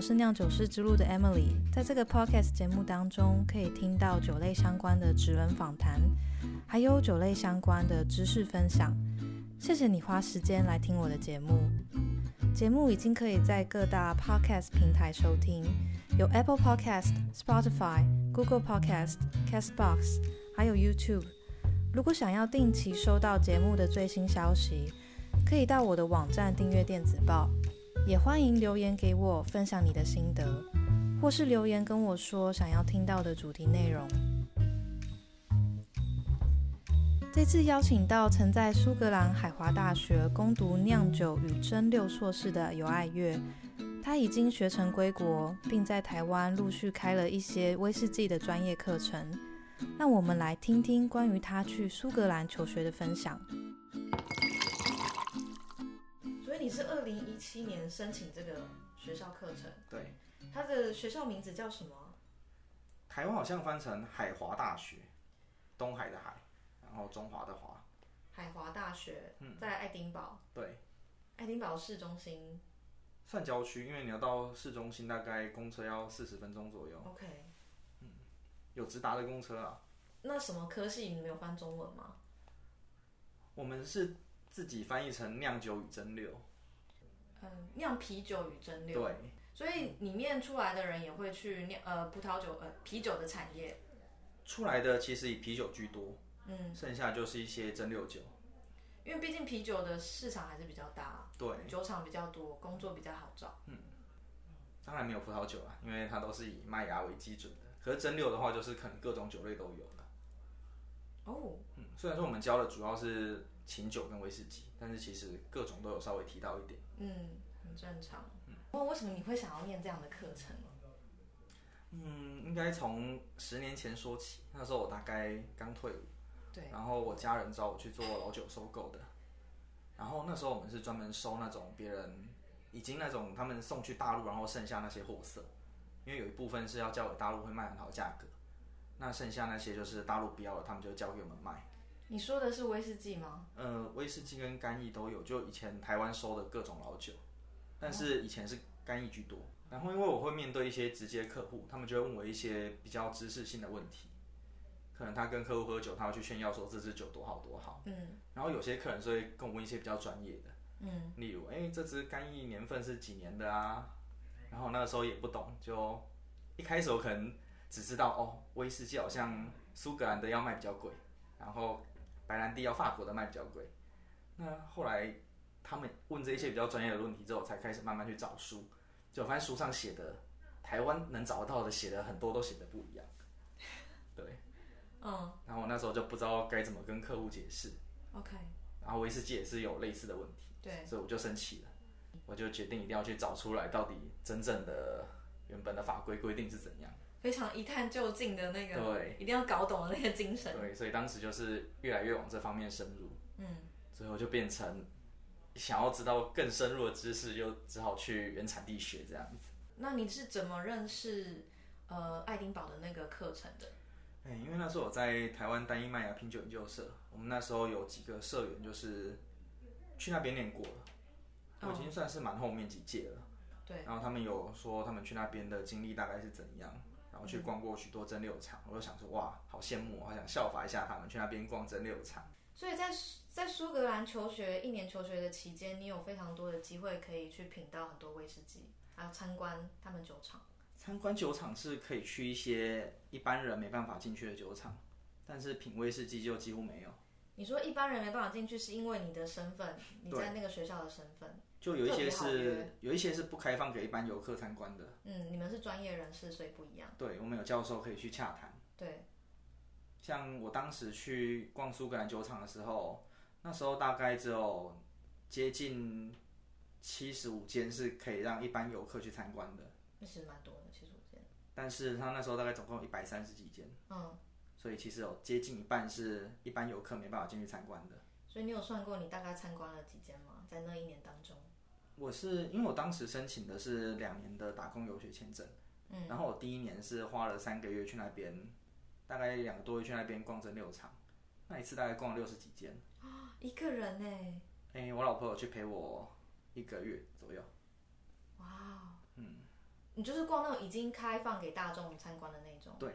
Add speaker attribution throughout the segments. Speaker 1: 是酿酒师之路的 Emily，在这个 podcast 节目当中，可以听到酒类相关的职人访谈，还有酒类相关的知识分享。谢谢你花时间来听我的节目。节目已经可以在各大 podcast 平台收听，有 Apple Podcast、Spotify、Google Podcast、Castbox，还有 YouTube。如果想要定期收到节目的最新消息，可以到我的网站订阅电子报。也欢迎留言给我分享你的心得，或是留言跟我说想要听到的主题内容。这次邀请到曾在苏格兰海华大学攻读酿酒与蒸馏硕士的尤爱月，她已经学成归国，并在台湾陆续开了一些威士忌的专业课程。让我们来听听关于她去苏格兰求学的分享。所以你是二零一七年申请这个学校课程，
Speaker 2: 对，
Speaker 1: 它的学校名字叫什么？
Speaker 2: 台湾好像翻成海华大学，东海的海，然后中华的华，
Speaker 1: 海华大学，在爱丁堡，
Speaker 2: 对，
Speaker 1: 爱丁堡市中心。
Speaker 2: 算郊区，因为你要到市中心，大概公车要四十分钟左右，
Speaker 1: OK，
Speaker 2: 有直达的公车啊。
Speaker 1: 那什么科系你没有翻中文吗？
Speaker 2: 我们是自己翻译成酿酒与蒸馏，
Speaker 1: 嗯，酿啤酒与蒸馏。
Speaker 2: 对，
Speaker 1: 所以里面出来的人也会去酿呃葡萄酒呃啤酒的产业。
Speaker 2: 出来的其实以啤酒居多，
Speaker 1: 嗯，
Speaker 2: 剩下就是一些蒸馏酒，
Speaker 1: 因为毕竟啤酒的市场还是比较大，
Speaker 2: 对，
Speaker 1: 酒厂比较多，工作比较好找。
Speaker 2: 当然没有葡萄酒啦，因为它都是以麦芽为基准的。可是蒸馏的话，就是可能各种酒类都有了。
Speaker 1: 哦，
Speaker 2: 嗯，虽然说我们教的主要是琴酒跟威士忌，但是其实各种都有稍微提到一点。
Speaker 1: 嗯，很正常。哦，为什么你会想要念这样的课程？
Speaker 2: 嗯，应该从十年前说起。那时候我大概刚退伍，
Speaker 1: 对，
Speaker 2: 然后我家人找我去做老酒收购的。然后那时候我们是专门收那种别人已经那种他们送去大陆，然后剩下那些货色，因为有一部分是要交给大陆会卖很好价格，那剩下那些就是大陆不要了，他们就交给我们卖。
Speaker 1: 你说的是威士忌吗？
Speaker 2: 呃，威士忌跟干邑都有，就以前台湾收的各种老酒，但是以前是干邑居多。然后因为我会面对一些直接客户，他们就会问我一些比较知识性的问题，可能他跟客户喝酒，他会去炫耀说这支酒多好多好。
Speaker 1: 嗯
Speaker 2: 然后有些客人是会跟我问一些比较专业的，
Speaker 1: 嗯，
Speaker 2: 例如，哎、这支干邑年份是几年的啊？然后那个时候也不懂，就一开始我可能只知道哦，威士忌好像苏格兰的要卖比较贵，然后白兰地要法国的卖比较贵。那后来他们问这一些比较专业的问题之后，我才开始慢慢去找书，就发现书上写的台湾能找得到的写的很多都写的不一样。对，
Speaker 1: 嗯
Speaker 2: 然后我那时候就不知道该怎么跟客户解释，
Speaker 1: ，OK，
Speaker 2: 然后威士忌也是有类似的问题。
Speaker 1: 对，
Speaker 2: 所以我就生气了，我就决定一定要去找出来到底真正的原本的法规规定是怎样。
Speaker 1: 非常一探究竟的那个，
Speaker 2: 对
Speaker 1: 一定要搞懂的那个精神。
Speaker 2: 对，所以当时就是越来越往这方面深入，
Speaker 1: 嗯，
Speaker 2: 最后就变成想要知道更深入的知识，就只好去原产地学这样。
Speaker 1: 那你是怎么认识呃爱丁堡的那个课程的？
Speaker 2: 哎、因为那时候我在台湾单一麦芽品酒研究社，我们那时候有几个社员就是去那边念过了，我已
Speaker 1: 哦
Speaker 2: 经算是蛮后面几届了。
Speaker 1: 呃对，
Speaker 2: 然后他们有说他们去那边的经历大概是怎样，然后去逛过许多蒸馏厂，我就想说哇，好羡慕哦，好想效法一下他们去那边逛蒸馏厂。
Speaker 1: 所以在在苏格兰求学一年求学的期间，你有非常多的机会可以去品到很多威士忌，还有参观他们酒厂。
Speaker 2: 参观酒厂是可以去一些一般人没办法进去的酒厂，但是品威士忌就几乎没有，
Speaker 1: 你说一般人没办法进去，是因为你的身份，你
Speaker 2: 对
Speaker 1: 在那个学校的身份。
Speaker 2: 就有一些
Speaker 1: 特别好
Speaker 2: 是有一些是不开放给一般游客参观的。
Speaker 1: 嗯，你们是专业人士，所以不一样。
Speaker 2: 对我们有教授可以去洽谈。
Speaker 1: 对，
Speaker 2: 像我当时去逛苏格兰酒厂的时候，那时候大概只有接近七十五间是可以让一般游客去参观的，
Speaker 1: 那其实蛮多的，其实我觉得。
Speaker 2: 但是他那时候大概总共有一百三十几间，
Speaker 1: 嗯，
Speaker 2: 所以其实有接近一半是一般游客没办法进去参观的。
Speaker 1: 所以你有算过你大概参观了几间吗？在那一年当中，
Speaker 2: 我是因为我当时申请的是两年的打工游学签证，
Speaker 1: 嗯，
Speaker 2: 然后我第一年是花了三个月去那边，大概两个多月去那边逛蒸馏厂，那一次大概逛了六十几间。
Speaker 1: 一个人欸呢、
Speaker 2: 哎、我老婆有去陪我一个月左右。
Speaker 1: 哇，嗯，你就是逛那种已经开放给大众参观的那种。
Speaker 2: 对。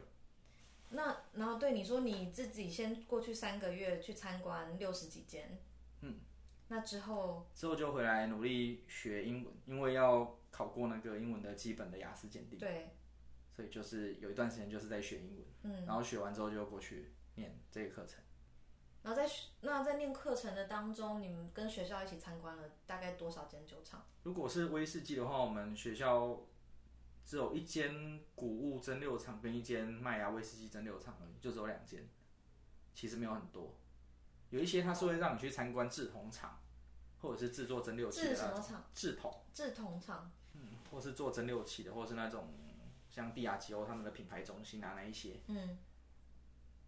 Speaker 1: 那然后对你说你自己先过去三个月去参观六十几间，嗯，那之后
Speaker 2: 之后就回来努力学英文，因为要考过那个英文的基本的雅思检定，
Speaker 1: 对，
Speaker 2: 所以就是有一段时间就是在学英文，
Speaker 1: 嗯，
Speaker 2: 然后学完之后就过去念这个课程。
Speaker 1: 然后在学那在念课程的当中，你们跟学校一起参观了大概多少间酒厂？
Speaker 2: 如果是威士忌的话，我们学校只有一间谷物蒸馏厂跟一间麦芽威士忌蒸馏厂而已，就只有两间，其实没有很多。有一些它是会让你去参观制桶厂，或者是制作蒸馏器
Speaker 1: 制
Speaker 2: 的
Speaker 1: 什
Speaker 2: 那
Speaker 1: 么
Speaker 2: 种
Speaker 1: 厂？
Speaker 2: 制桶，
Speaker 1: 制铜厂。
Speaker 2: 嗯，或是做蒸馏器的，或是那种像蒂亚吉欧他们的品牌中心啊那一些，
Speaker 1: 嗯，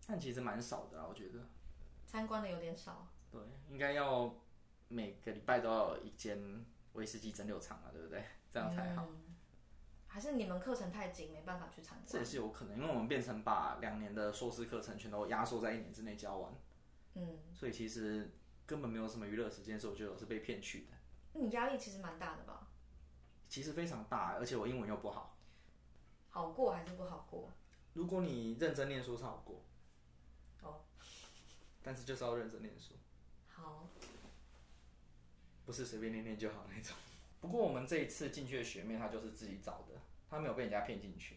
Speaker 2: 但其实蛮少的啊，我觉得。
Speaker 1: 参观的有点少。
Speaker 2: 对，应该要每个礼拜都要有一间威士忌蒸馏厂啊嘛，对不对？ 这样才好。
Speaker 1: 嗯还是你们课程太紧，没办法去参
Speaker 2: 这也
Speaker 1: 观。
Speaker 2: 是有可能，因为我们变成把两年的硕士课程全都压缩在一年之内教完，
Speaker 1: 嗯，
Speaker 2: 所以其实根本没有什么娱乐时间，所以我觉得我是被骗去的，
Speaker 1: 那你压力其实蛮大的吧？
Speaker 2: 其实非常大，而且我英文又不好。
Speaker 1: 好过还是不好过？
Speaker 2: 如果你认真念书是好过，
Speaker 1: 哦，
Speaker 2: 但是就是要认真念书，
Speaker 1: 好，
Speaker 2: 不是随便念念就好那种。 不过我们这一次进去的学妹她就是自己找的，她没有被人家骗进去，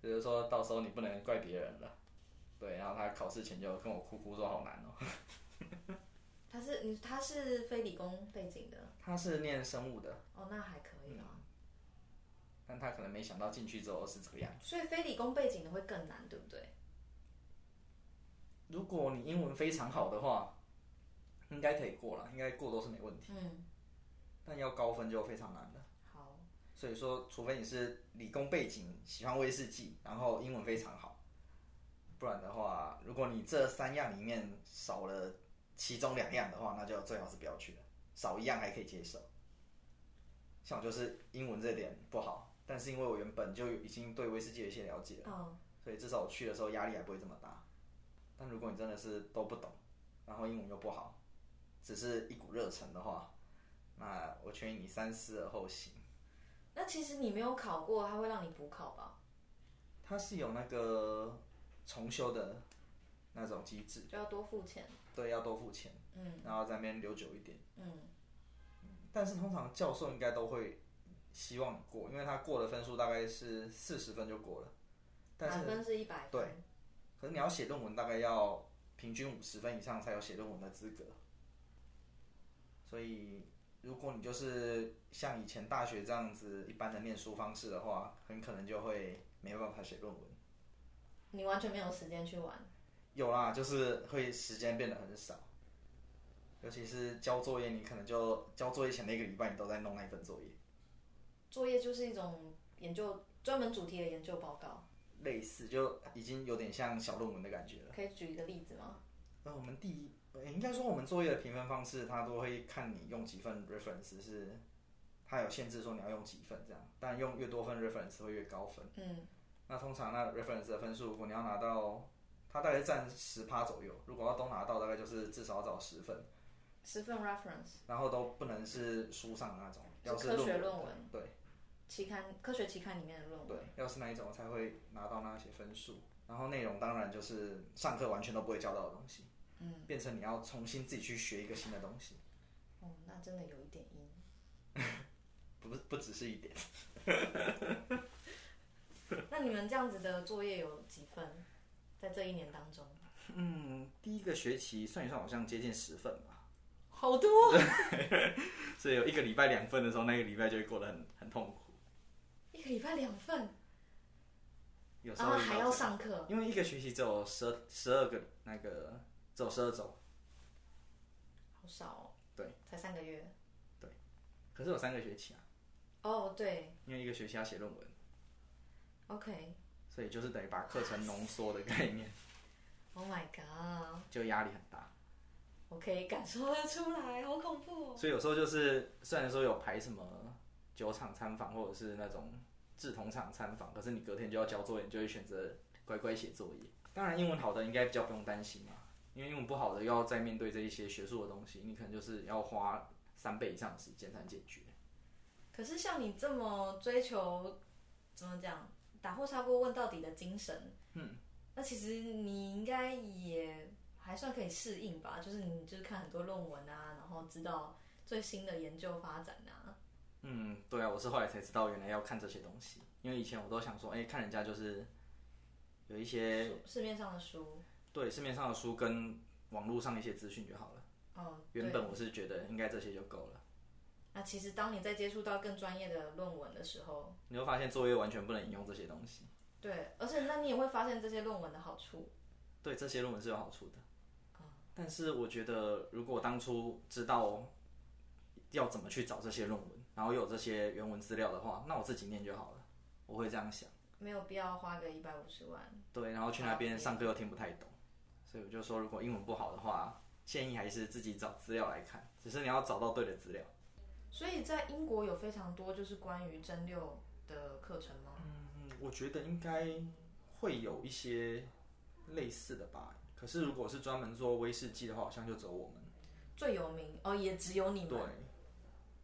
Speaker 2: 所以就说到时候你不能怪别人了。对，然后她考试前就跟我哭哭说好难哦。
Speaker 1: 他是你他是非理工背景的，
Speaker 2: 她是念生物的，
Speaker 1: 哦，那还可
Speaker 2: 嗯
Speaker 1: 以啦。
Speaker 2: 但她可能没想到进去之后是这个样。
Speaker 1: 所以非理工背景的会更难，对不对？
Speaker 2: 如果你英文非常好的话，应该可以过了，应该过都是没问题。
Speaker 1: 嗯，
Speaker 2: 但要高分就非常难了。
Speaker 1: 好，
Speaker 2: 所以说，除非你是理工背景，喜欢威士忌，然后英文非常好，不然的话，如果你这三样里面少了其中两样的话，那就最好是不要去了，少一样还可以接受。像我就是英文这点不好，但是因为我原本就已经对威士忌有一些了解，
Speaker 1: 嗯，
Speaker 2: 所以至少我去的时候压力还不会这么大。但如果你真的是都不懂，然后英文又不好，只是一股热忱的话，那我劝你三思而后行。
Speaker 1: 嗯那其实你没有考过，他会让你补考吧？
Speaker 2: 它是有那个重修的那种机制，
Speaker 1: 就要多付钱。
Speaker 2: 对，要多付钱，
Speaker 1: 嗯
Speaker 2: 然后在那边留久一点。
Speaker 1: 嗯，
Speaker 2: 但是通常教授应该都会希望你过，因为他过的分数大概是四十分就过了，但
Speaker 1: 满
Speaker 2: 是
Speaker 1: 分是一百
Speaker 2: 对
Speaker 1: 分。
Speaker 2: 可是你要写论文大概要平均五十分以上才有写论文的资格，所以如果你就是像以前大学这样子一般的念书方式的话，很可能就会没有办法写论文。
Speaker 1: 你完全没有时间去玩。
Speaker 2: 有啦，就是会时间变得很少，尤其是交作业，你可能就交作业前的一个礼拜，你都在弄那一份作业，
Speaker 1: 作业就是一种研究专门主题的研究报告，
Speaker 2: 类似就已经有点像小论文的感觉了。
Speaker 1: 可以举一个例子吗？
Speaker 2: 那我们第一，呃应该说我们作业的评分方式，它都会看你用几份 reference 是，它有限制说你要用几份这样，但用越多份 reference 会越高分。
Speaker 1: 嗯，
Speaker 2: 那通常那 reference 的分数，如果你要拿到，它大概占十趴左右，如果要都拿到，大概就是至少要找十份。
Speaker 1: 十份 reference
Speaker 2: 然后都不能是书上的那种，
Speaker 1: 是
Speaker 2: 要是
Speaker 1: 科学
Speaker 2: 论
Speaker 1: 论
Speaker 2: 的
Speaker 1: 文哦
Speaker 2: 对
Speaker 1: 期刊科学期刊里面的论文
Speaker 2: 对，，要是那一种才会拿到那些分数。然后内容当然就是上课完全都不会教到的东西，
Speaker 1: 嗯，
Speaker 2: 变成你要重新自己去学一个新的东西，
Speaker 1: 哦，那真的有一点阴。
Speaker 2: 不是不只是一点。
Speaker 1: 那你们这样子的作业有几份？在这一年当中，
Speaker 2: 嗯，第一个学期算一算好像接近十份吧，
Speaker 1: 好多。
Speaker 2: 所以有一个礼拜两份的时候，那个礼拜就会过得很很痛苦。
Speaker 1: 一个礼拜两份，
Speaker 2: 有时
Speaker 1: 然
Speaker 2: 候
Speaker 1: 后
Speaker 2: 也
Speaker 1: 啊还
Speaker 2: 有
Speaker 1: 要
Speaker 2: 这样，
Speaker 1: 上课，
Speaker 2: 因为一个学期只有十二十二个那个只有十二周，
Speaker 1: 好少哦。
Speaker 2: 对，
Speaker 1: 才三个月。
Speaker 2: 可是有三个学期啊，
Speaker 1: 哦，对
Speaker 2: 因为一个学期要写论文。
Speaker 1: ，OK。
Speaker 2: 所以就是等于把课程浓缩的概念，
Speaker 1: Oh my god，
Speaker 2: 就压力很大。
Speaker 1: 我可以感受得出来，好恐怖哦。
Speaker 2: 所以有时候就是虽然说有排什么酒厂参访或者是那种制铜厂参访，可是你隔天就要交作业，你就会选择乖乖写作业。当然，英文好的应该比较不用担心嘛，因为英文不好的又要再面对这一些学术的东西，你可能就是要花三倍以上的时间才能解决。
Speaker 1: 可是像你这么追求怎么讲打破砂锅问到底的精神。
Speaker 2: 嗯，
Speaker 1: 那其实你应该也还算可以适应吧，就是你就是看很多论文啊，然后知道最新的研究发展啊。
Speaker 2: 嗯，对啊，我是后来才知道原来要看这些东西，因为以前我都想说，哎、看人家就是有一些
Speaker 1: 书市面上的书，
Speaker 2: 对市面上的书跟网络上一些资讯就好了。
Speaker 1: 哦，
Speaker 2: 原
Speaker 1: 对。
Speaker 2: 本我是觉得应该这些就够了，
Speaker 1: 那其实当你在接触到更专业的论文的时候，
Speaker 2: 你会发现作业完全不能引用这些东西。
Speaker 1: 对，而且那你也会发现这些论文的好处。
Speaker 2: 对这些论文是有好处的。但是我觉得，如果当初知道要怎么去找这些论文，然后有这些原文资料的话，那我自己念就好了。我会这样想。
Speaker 1: 没有必要花个一百五十万。
Speaker 2: 对，然后去那边上课又听不太懂，所以我就说，如果英文不好的话，建议还是自己找资料来看。只是你要找到对的资料。
Speaker 1: 所以在英国有非常多就是关于蒸馏的课程吗？
Speaker 2: 嗯，我觉得应该会有一些类似的吧。可是如果是专门做威士忌的话，好像就只有我们。
Speaker 1: 最有名哦，也只有你们
Speaker 2: 对，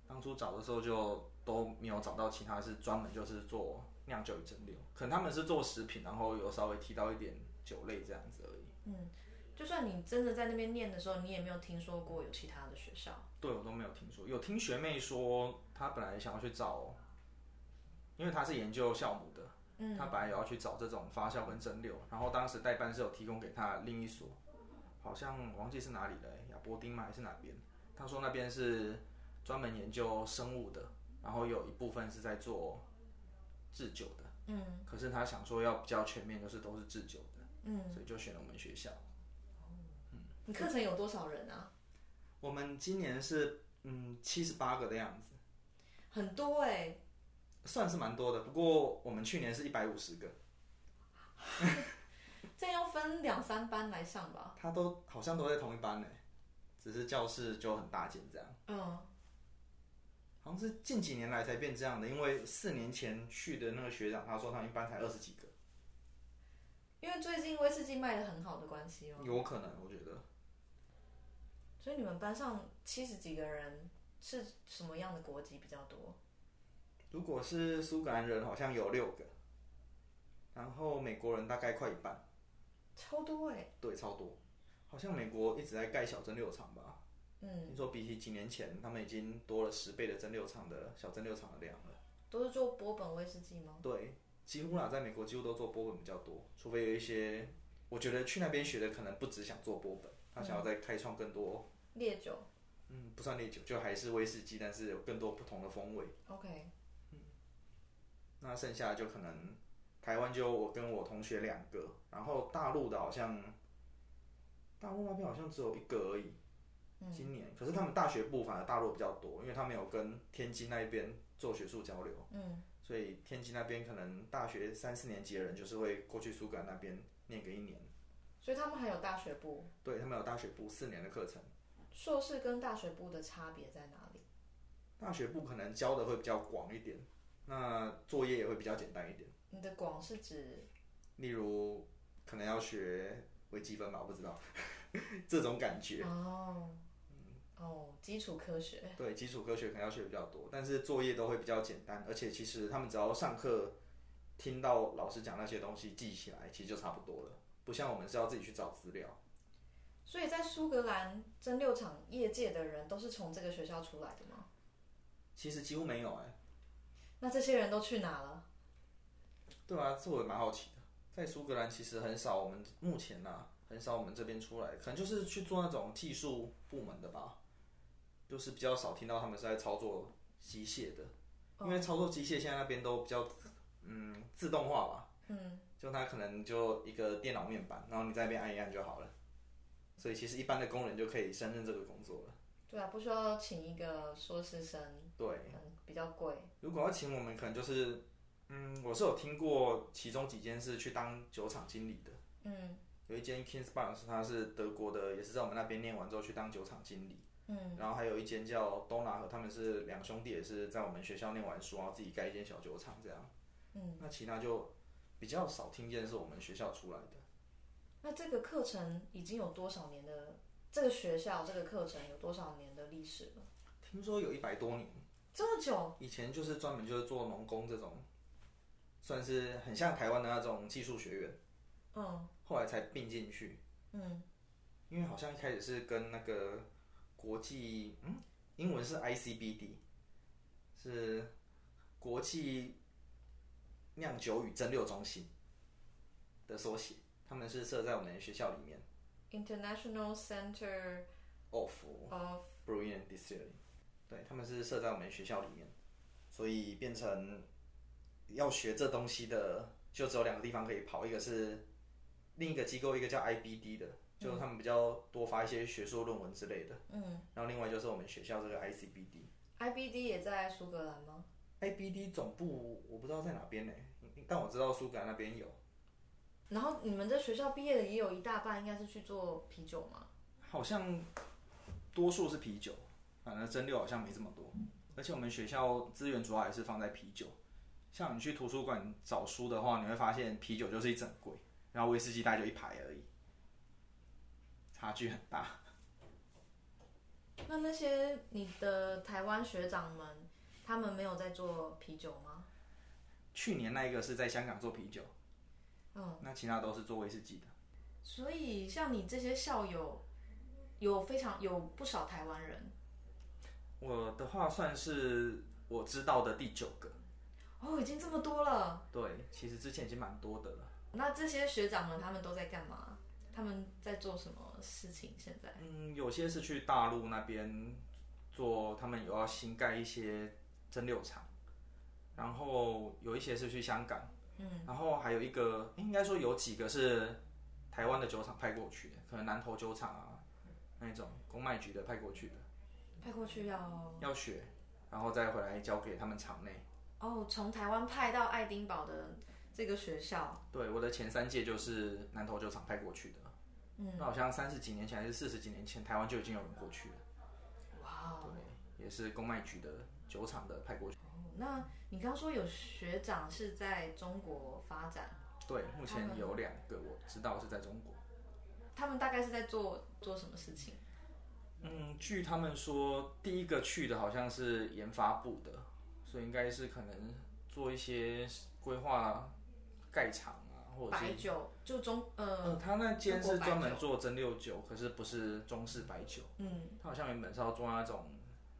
Speaker 2: 当初找的时候就都没有找到其他是专门就是做酿酒与蒸馏，可能他们是做食品，然后有稍微提到一点酒类这样子而已。
Speaker 1: 就算你真的在那边念的时候，你也没有听说过有其他的学校。
Speaker 2: 对我都没有听说，有听学妹说她本来想要去找，因为她是研究酵母的，
Speaker 1: 嗯，
Speaker 2: 她本来也要去找这种发酵跟蒸馏，然后当时代办是有提供给她另一所，好像忘记是哪里了、亚伯丁嘛还是哪边？她说那边是专门研究生物的，然后有一部分是在做制酒的，
Speaker 1: 嗯
Speaker 2: 可是她想说要比较全面，就是都是制酒的，
Speaker 1: 嗯，
Speaker 2: 所以就选了我们学校。
Speaker 1: 你课程有多少人啊？
Speaker 2: 我们今年是嗯七十八个的样子，
Speaker 1: 很多哎、
Speaker 2: 算是蛮多的，不过我们去年是一百五十个。
Speaker 1: 这样要分两三班来上吧。
Speaker 2: 他都好像都在同一班呢，只是教室就很大间这样。
Speaker 1: 嗯，
Speaker 2: 好像是近几年来才变这样的，因为四年前去的那个学长，他说他们一班才二十几个，
Speaker 1: 因为最近威士忌卖的很好的关系哦，
Speaker 2: 有可能我觉得。
Speaker 1: 所以你们班上七十几个人是什么样的国籍比较多？
Speaker 2: 如果是苏格兰人，好像有六个，然后美国人大概快一半，
Speaker 1: 超多哎、
Speaker 2: 对，超多。好像美国一直在盖小蒸馏厂吧？
Speaker 1: 嗯，
Speaker 2: 听说比起几年前，他们已经多了十倍的蒸馏厂的小蒸馏厂的量了。
Speaker 1: 都是做波本威士忌吗？
Speaker 2: 对，几乎啦，在美国几乎都做波本比较多，除非有一些，我觉得去那边学的可能不只想做波本，他想要再开创更多，
Speaker 1: 烈酒
Speaker 2: 嗯，不算烈酒，就还是威士忌，但是有更多不同的风味。
Speaker 1: ，OK，
Speaker 2: 那剩下的就可能台湾就我跟我同学两个，然后大陆的好像大陆那边好像只有一个而已。今年，可是他们大学部反啊而大陆比较多，因为他们有跟天津那边做学术交流，
Speaker 1: 嗯，
Speaker 2: 所以天津那边可能大学三四年级的人就是会过去苏格兰那边念个一年。
Speaker 1: 所以他们还有大学部，
Speaker 2: 对他们有大学部四年的课程，
Speaker 1: 硕士跟大学部的差别在哪里？
Speaker 2: 大学部可能教的会比较广一点，那作业也会比较简单一点。
Speaker 1: 你的广是指
Speaker 2: 例如可能要学微积分吧，我不知道 这种感觉。
Speaker 1: 哦，哦，基础科学，
Speaker 2: 对，基础科学可能要学比较多，但是作业都会比较简单，而且其实他们只要上课听到老师讲那些东西记起来，其实就差不多了。不像我们是要自己去找资料。
Speaker 1: 所以在苏格兰蒸馏厂业界的人都是从这个学校出来的吗？
Speaker 2: 其实几乎没有哎、
Speaker 1: 那这些人都去哪了？
Speaker 2: 对啊，这我也蛮好奇的。在苏格兰其实很少，我们目前呐、很少我们这边出来，可能就是去做那种技术部门的吧，就是比较少听到他们是在操作机械的，因为操作机械现在那边都比较嗯自动化吧，
Speaker 1: 嗯，
Speaker 2: 就它可能就一个电脑面板，然后你在那边按一按就好了，所以其实一般的工人就可以胜任这个工作了。
Speaker 1: 对啊，不需要请一个硕士生，
Speaker 2: 对，
Speaker 1: 嗯，比较贵。
Speaker 2: 如果要请我们，可能就是嗯，我是有听过其中几间是去当酒厂经理的。
Speaker 1: 嗯
Speaker 2: 有一间 Kings Bar 是他是德国的，也是在我们那边念完之后去当酒厂经理。
Speaker 1: 嗯，
Speaker 2: 然后还有一间叫 Dona 和，他们是两兄弟，也是在我们学校念完书，然后自己盖一间小酒厂这样。
Speaker 1: 嗯，
Speaker 2: 那其他就比较少听见是我们学校出来的。
Speaker 1: 那这个课程已经有多少年的？这个学校这个课程有多少年的历史了？
Speaker 2: 听说有一百多年，
Speaker 1: 这么久？
Speaker 2: 以前就是专门就是做农工这种算是很像台湾的那种技术学院，
Speaker 1: 嗯
Speaker 2: 后来才并进去，
Speaker 1: 嗯
Speaker 2: 因为好像一开始是跟那个国际，嗯，英文是 ICBD，是国际酿酒与蒸馏中心的缩写，他们是设在我们学校里面
Speaker 1: ，International Center
Speaker 2: ，OFF
Speaker 1: of
Speaker 2: Brewing and Distillery，对，他们是设在我们学校里面，所以变成要学这东西的，就只有两个地方可以跑，一个是另一个机构，一个叫 IBD 的，就是他们比较多发一些学术论文之类的，
Speaker 1: 嗯
Speaker 2: 然后另外就是我们学校这个 ICBD。
Speaker 1: ，IBD 也在苏格兰吗？
Speaker 2: IBD 总部我不知道在哪边呢、但我知道苏格兰那边有，
Speaker 1: 然后你们在学校毕业的也有一大半应该是去做啤酒嘛？
Speaker 2: 好像多数是啤酒，反正蒸馏好像没这么多。而且我们学校资源主要还是放在啤酒，像你去图书馆找书的话，你会发现啤酒就是一整柜，然后威士忌大概就一排而已，差距很大。
Speaker 1: 那那些你的台湾学长们，他们没有在做啤酒吗？
Speaker 2: 去年那一个是在香港做啤酒，
Speaker 1: 嗯，
Speaker 2: 那其他都是做威士忌的。
Speaker 1: 所以像你这些校友，有非常有不少台湾人
Speaker 2: 我的话算是我知道的第九个，
Speaker 1: 哦，已经这么多了。
Speaker 2: 对，其实之前已经蛮多的了。
Speaker 1: 那这些学长们他们都在干嘛？他们在做什么事情？现在
Speaker 2: 嗯，有些是去大陆那边做，他们有要新盖一些蒸馏厂，然后有一些是去香港，嗯，然后还有一个应该说有几个是台湾的酒厂派过去的，可能南投酒厂啊那一种公卖局的派过去的，
Speaker 1: 派过去要
Speaker 2: 要学，然后再回来交给他们厂内。
Speaker 1: 哦，从台湾派到爱丁堡的这个学校，
Speaker 2: 对，我的前三届就是南投酒厂派过去的，嗯，那好像三十几年前还是四十几年前，台湾就已经有人过去了，
Speaker 1: 哇哦！
Speaker 2: 对，也是公卖局的酒厂的派过去。
Speaker 1: 那你刚说有学长是在中国发展，
Speaker 2: 对，目
Speaker 1: 嗯
Speaker 2: 前有两个我知道是在中国。
Speaker 1: 他们大概是在做做什么事情？
Speaker 2: 嗯，据他们说，第一个去的好像是研发部的，所以应该是可能做一些规划盖厂啊，或者是
Speaker 1: 白酒就中
Speaker 2: 呃，
Speaker 1: 呃
Speaker 2: 他那间
Speaker 1: 中
Speaker 2: 是
Speaker 1: 国白
Speaker 2: 专门做蒸馏酒，可是不是中式白酒，
Speaker 1: 嗯
Speaker 2: 他好像原本是要做那种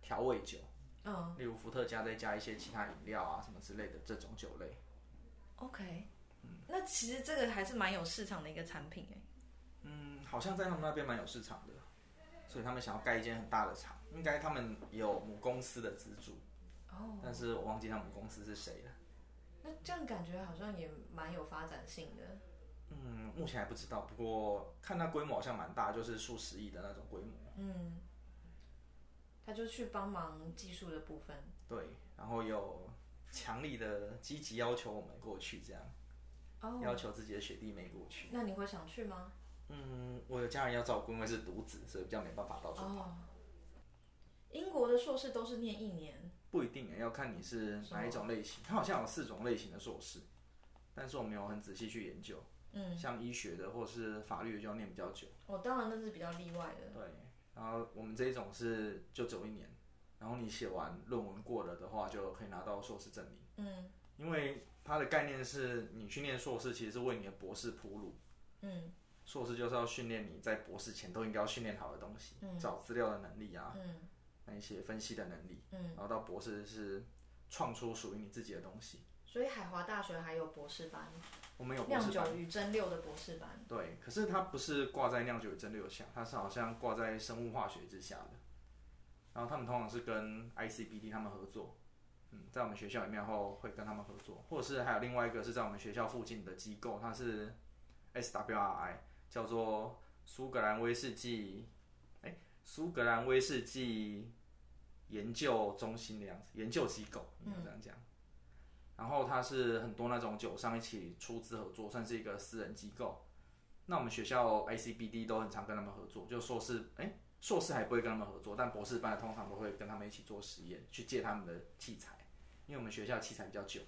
Speaker 2: 调味酒，
Speaker 1: 嗯
Speaker 2: 例如伏特加再加一些其他饮料啊什么之类的这种酒类。
Speaker 1: ，OK，那其实这个还是蛮有市场的一个产品哎。
Speaker 2: 嗯，好像在他们那边蛮有市场的，所以他们想要盖一间很大的厂，应该他们有母公司的资助。
Speaker 1: 哦，
Speaker 2: 但是我忘记他们公司是谁了。
Speaker 1: 那这样感觉好像也蛮有发展性的。
Speaker 2: 嗯，目前还不知道，不过看那规模好像蛮大，就是数十亿的那种规模。
Speaker 1: 嗯，他就去帮忙技术的部分。
Speaker 2: 对，然后有强力的积极要求我们过去，这样、
Speaker 1: 哦
Speaker 2: 要求自己的学弟妹过去。
Speaker 1: 那你会想去吗？
Speaker 2: 嗯，我的家人要照顾，因为是独子，所以比较没办法到处。
Speaker 1: 哦，英国的硕士都是念一年，
Speaker 2: 不一定欸耶，要看你是哪一种类型。它好像有四种类型的硕士，但是我没有很仔细去研究。
Speaker 1: 嗯，
Speaker 2: 像医学的或是法律的就要念比较久。
Speaker 1: 我、哦当然那是比较例外的。
Speaker 2: 对，然后我们这一种是就只有一年，然后你写完论文过了的话，就可以拿到硕士证明。
Speaker 1: 嗯
Speaker 2: 因为它的概念是你去念硕士，其实是为你的博士铺路。
Speaker 1: 嗯
Speaker 2: 硕士就是要训练你在博士前都应该要训练好的东西，
Speaker 1: 嗯
Speaker 2: 找资料的能力啊，
Speaker 1: 嗯
Speaker 2: 那一些分析的能力，
Speaker 1: 嗯，
Speaker 2: 然后到博士是创出属于你自己的东西。
Speaker 1: 所以海华大学还有博士班，
Speaker 2: 我们有博
Speaker 1: 酿
Speaker 2: 士班，
Speaker 1: 酒与蒸馏的博士班。
Speaker 2: 对，可是它不是挂在酿酒与蒸馏下，它是好像挂在生物化学之下的。然后他们通常是跟 ICBD 他们合作，嗯，在我们学校里面后会跟他们合作，或者是还有另外一个是在我们学校附近的机构，它是 SWRI，叫做苏格兰威士忌，哎，苏格兰威士忌研究中心的样子，研究机构，应该这样讲。然后它是很多那种酒商一起出资合作，算是一个私人机构。那我们学校 ICBD 都很常跟他们合作，就硕士，哎、硕士还不会跟他们合作，但博士班通常都会跟他们一起做实验，去借他们的器材，因为我们学校器材比较久，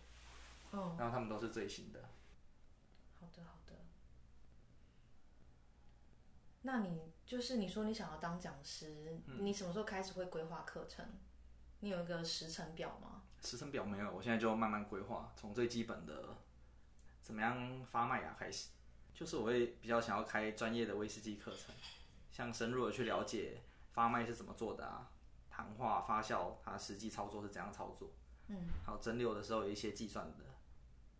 Speaker 1: 哦，
Speaker 2: 然后他们都是最新的。
Speaker 1: 好的好的。那你就是你说你想要
Speaker 2: 嗯
Speaker 1: 当讲师，你什么时候开始会规划课程？你有一个时程表吗？
Speaker 2: 时程表没有，我现在就慢慢规划，从最基本的怎么样发麦芽开始，就是我会比较想要开专业的威士忌课程，像深入的去了解发麦是怎么做的啊，糖化发酵它实际操作是怎样操作，嗯，还有蒸馏的时候有一些计算的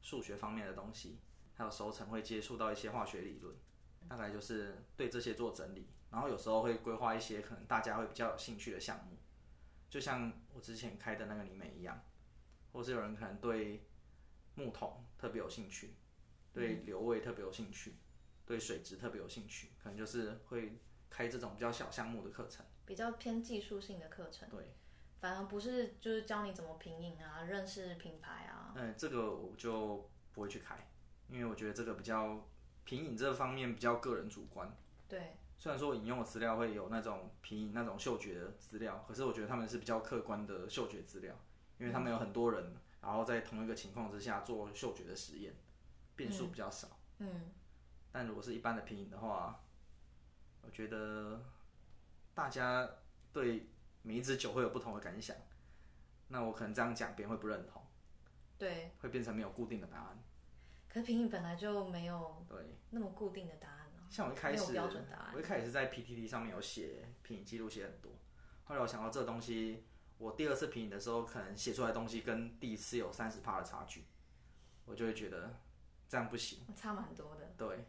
Speaker 2: 数学方面的东西，还有熟成会接触到一些化学理论，大概就是对这些做整理，然后有时候会规划一些可能大家会比较有兴趣的项目。就像我之前开的那个里面一样，或是有人可能对木桶特别有兴趣，对流味特别有兴趣，对水质特别有兴趣，可能就是会开这种比较小项目的课程。
Speaker 3: 比较偏技术性的课程，
Speaker 2: 对，
Speaker 3: 反而不是就是教你怎么品饮啊，认识品牌啊。
Speaker 2: 嗯，这个我就不会去开，因为我觉得这个比较品饮这方面比较个人主观。
Speaker 3: 对，
Speaker 2: 虽然说我引用的资料会有那种皮影那种嗅觉的资料，可是我觉得他们是比较客观的嗅觉资料，因为他们有很多人，然后在同一个情况之下做嗅觉的实验，变数比较少。
Speaker 3: 嗯，
Speaker 2: 但如果是一般的皮影的话，我觉得大家对每一支酒会有不同的感想，那我可能这样讲别人会不认同，
Speaker 3: 对。
Speaker 2: 会变成没有固定的答案。
Speaker 3: 可是品饮本来就没有
Speaker 2: 对，
Speaker 3: 那么固定的答案啊，
Speaker 2: 像我一开始
Speaker 3: 没有标准答案
Speaker 2: 我一开始是在 PTT 上面有写品饮记录写很多，后来我想到这个东西，我第二次品饮的时候，可能写出来的东西跟第一次有三十趴的差距，我就会觉得这样不行。
Speaker 3: 差蛮多的。
Speaker 2: 对，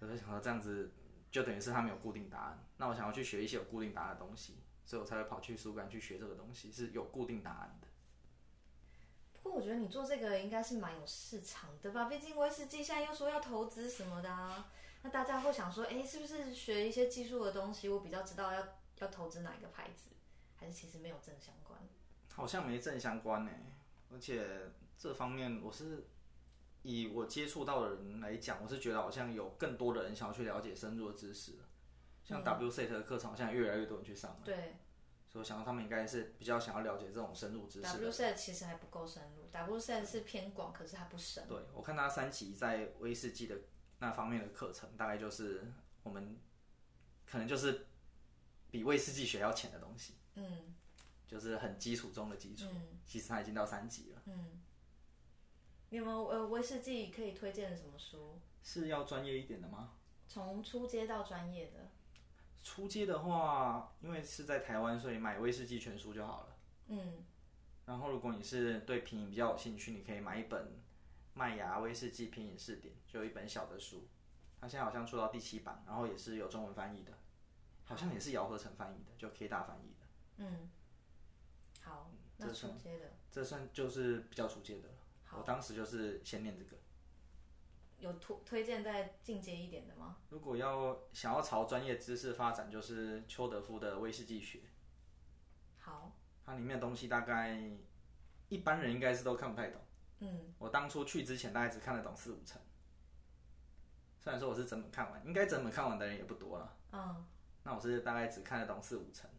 Speaker 2: 我就想到这样子就等于是他没有固定答案，那我想要去学一些有固定答案的东西，所以我才会跑去苏格兰去学这个东西是有固定答案的。
Speaker 3: 不过我觉得你做这个应该是蛮有市场的吧，毕竟威士忌现在又说要投资什么的啊，那大家会想说，哎，是不是学一些技术的东西，我比较知道要要投资哪一个牌子，还是其实没有正相关？
Speaker 2: 好像没正相关呢、而且这方面我是以我接触到的人来讲，我是觉得好像有更多的人想要去了解深入的知识，像 WSET 的课程好像越来越多人去上了，
Speaker 3: 对
Speaker 2: 所以我想到他们应该是比较想要了解这种深入知识的。
Speaker 3: ，W set 其实还不够深入，W set 是偏广，可是它不深。
Speaker 2: 对我看他三期在威士忌的那方面的课程，大概就是我们可能就是比威士忌学要浅的东西，
Speaker 3: 嗯
Speaker 2: 就是很基础中的基础。
Speaker 3: 嗯
Speaker 2: 其实他已经到三级了。
Speaker 3: 嗯。你有没有呃威士忌可以推荐的什么书？
Speaker 2: 是要专业一点的吗？
Speaker 3: 从初阶到专业的？
Speaker 2: 初阶的话，因为是在台湾，所以买威士忌全书就好了。
Speaker 3: 嗯
Speaker 2: 然后，如果你是对品饮比较有兴趣，你可以买一本《麦芽威士忌品饮试点》，就有一本小的书，它现在好像出到第七版，然后也是有中文翻译的，好像也是姚和成翻译的，就 K 大翻译的。
Speaker 3: 嗯。好，那
Speaker 2: 这是
Speaker 3: 初阶的
Speaker 2: 这算就是比较初阶的了。
Speaker 3: 好
Speaker 2: 我当时就是先念这个。
Speaker 3: 有推推荐再进阶一点的吗？
Speaker 2: 如果要想要朝专业知识发展，就是邱德夫的威士忌学，
Speaker 3: 好，
Speaker 2: 它里面的东西大概一般人应该是都看不太懂。
Speaker 3: 嗯，
Speaker 2: 我当初去之前大概只看得懂四五成，虽然说我是整本看完，应该整本看完的人也不多了。
Speaker 3: 嗯，
Speaker 2: 那我是大概只看得懂四五成，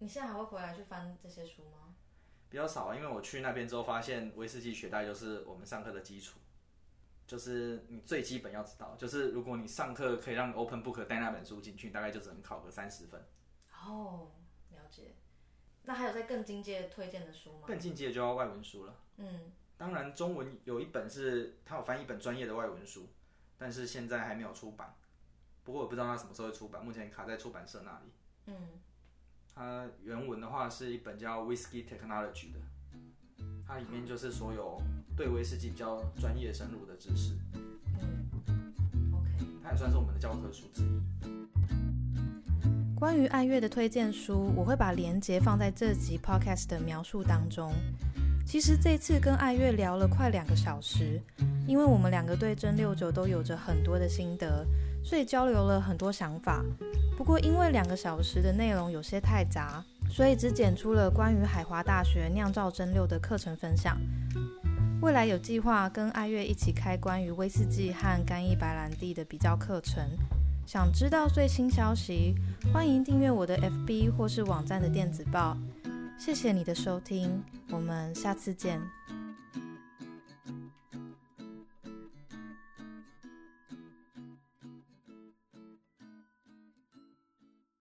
Speaker 3: 你现在还会回来去翻这些书吗？
Speaker 2: 比较少啊，因为我去那边之后发现威士忌学大概就是我们上课的基础，就是你最基本要知道，就是如果你上课可以让你 open book 带那本书进去，大概就只能考个三十分。
Speaker 3: 哦，了解。那还有在更进阶推荐的书吗？
Speaker 2: 更进阶就要外文书了。
Speaker 3: 嗯，
Speaker 2: 当然，中文有一本是他有翻译一本专业的外文书，但是现在还没有出版。不过我不知道他什么时候会出版，目前卡在出版社那里。
Speaker 3: 嗯，
Speaker 2: 它原文的话是一本叫《Whisky Technology》的，它里面就是所有对威士忌比较专业深入的知识，
Speaker 3: 嗯，OK，
Speaker 2: 它也算是我们的教科书之一。
Speaker 1: 关于爱乐的推荐书，我会把连结放在这集 podcast 的描述当中。其实这次跟爱乐聊了快两个小时，因为我们两个对真六九都有着很多的心得，所以交流了很多想法。不过因为两个小时的内容有些太杂，所以只剪出了关于海华大学酿造真六的课程分享。未来有计划跟爱乐一起开关于威士忌和干邑白兰地的比较课程。想知道最新消息，欢迎订阅我的 FB 或是网站的电子报。谢谢你的收听，我们下次见。